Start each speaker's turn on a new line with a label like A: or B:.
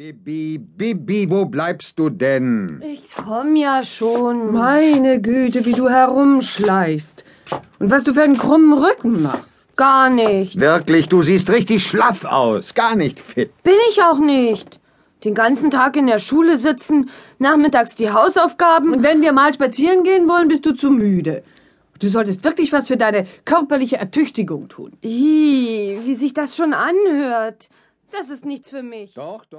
A: Bibi, Bibi, wo bleibst du denn?
B: Ich komm ja schon.
C: Meine Güte, wie du herumschleichst. Und was du für einen krummen Rücken machst.
B: Gar nicht.
A: Wirklich, du siehst richtig schlaff aus, gar nicht fit.
B: Bin ich auch nicht. Den ganzen Tag in der Schule sitzen, nachmittags die Hausaufgaben.
C: Und wenn wir mal spazieren gehen wollen, bist du zu müde. Du solltest wirklich was für deine körperliche Ertüchtigung tun.
B: Ih, wie sich das schon anhört. Das ist nichts für mich.
A: Doch, doch.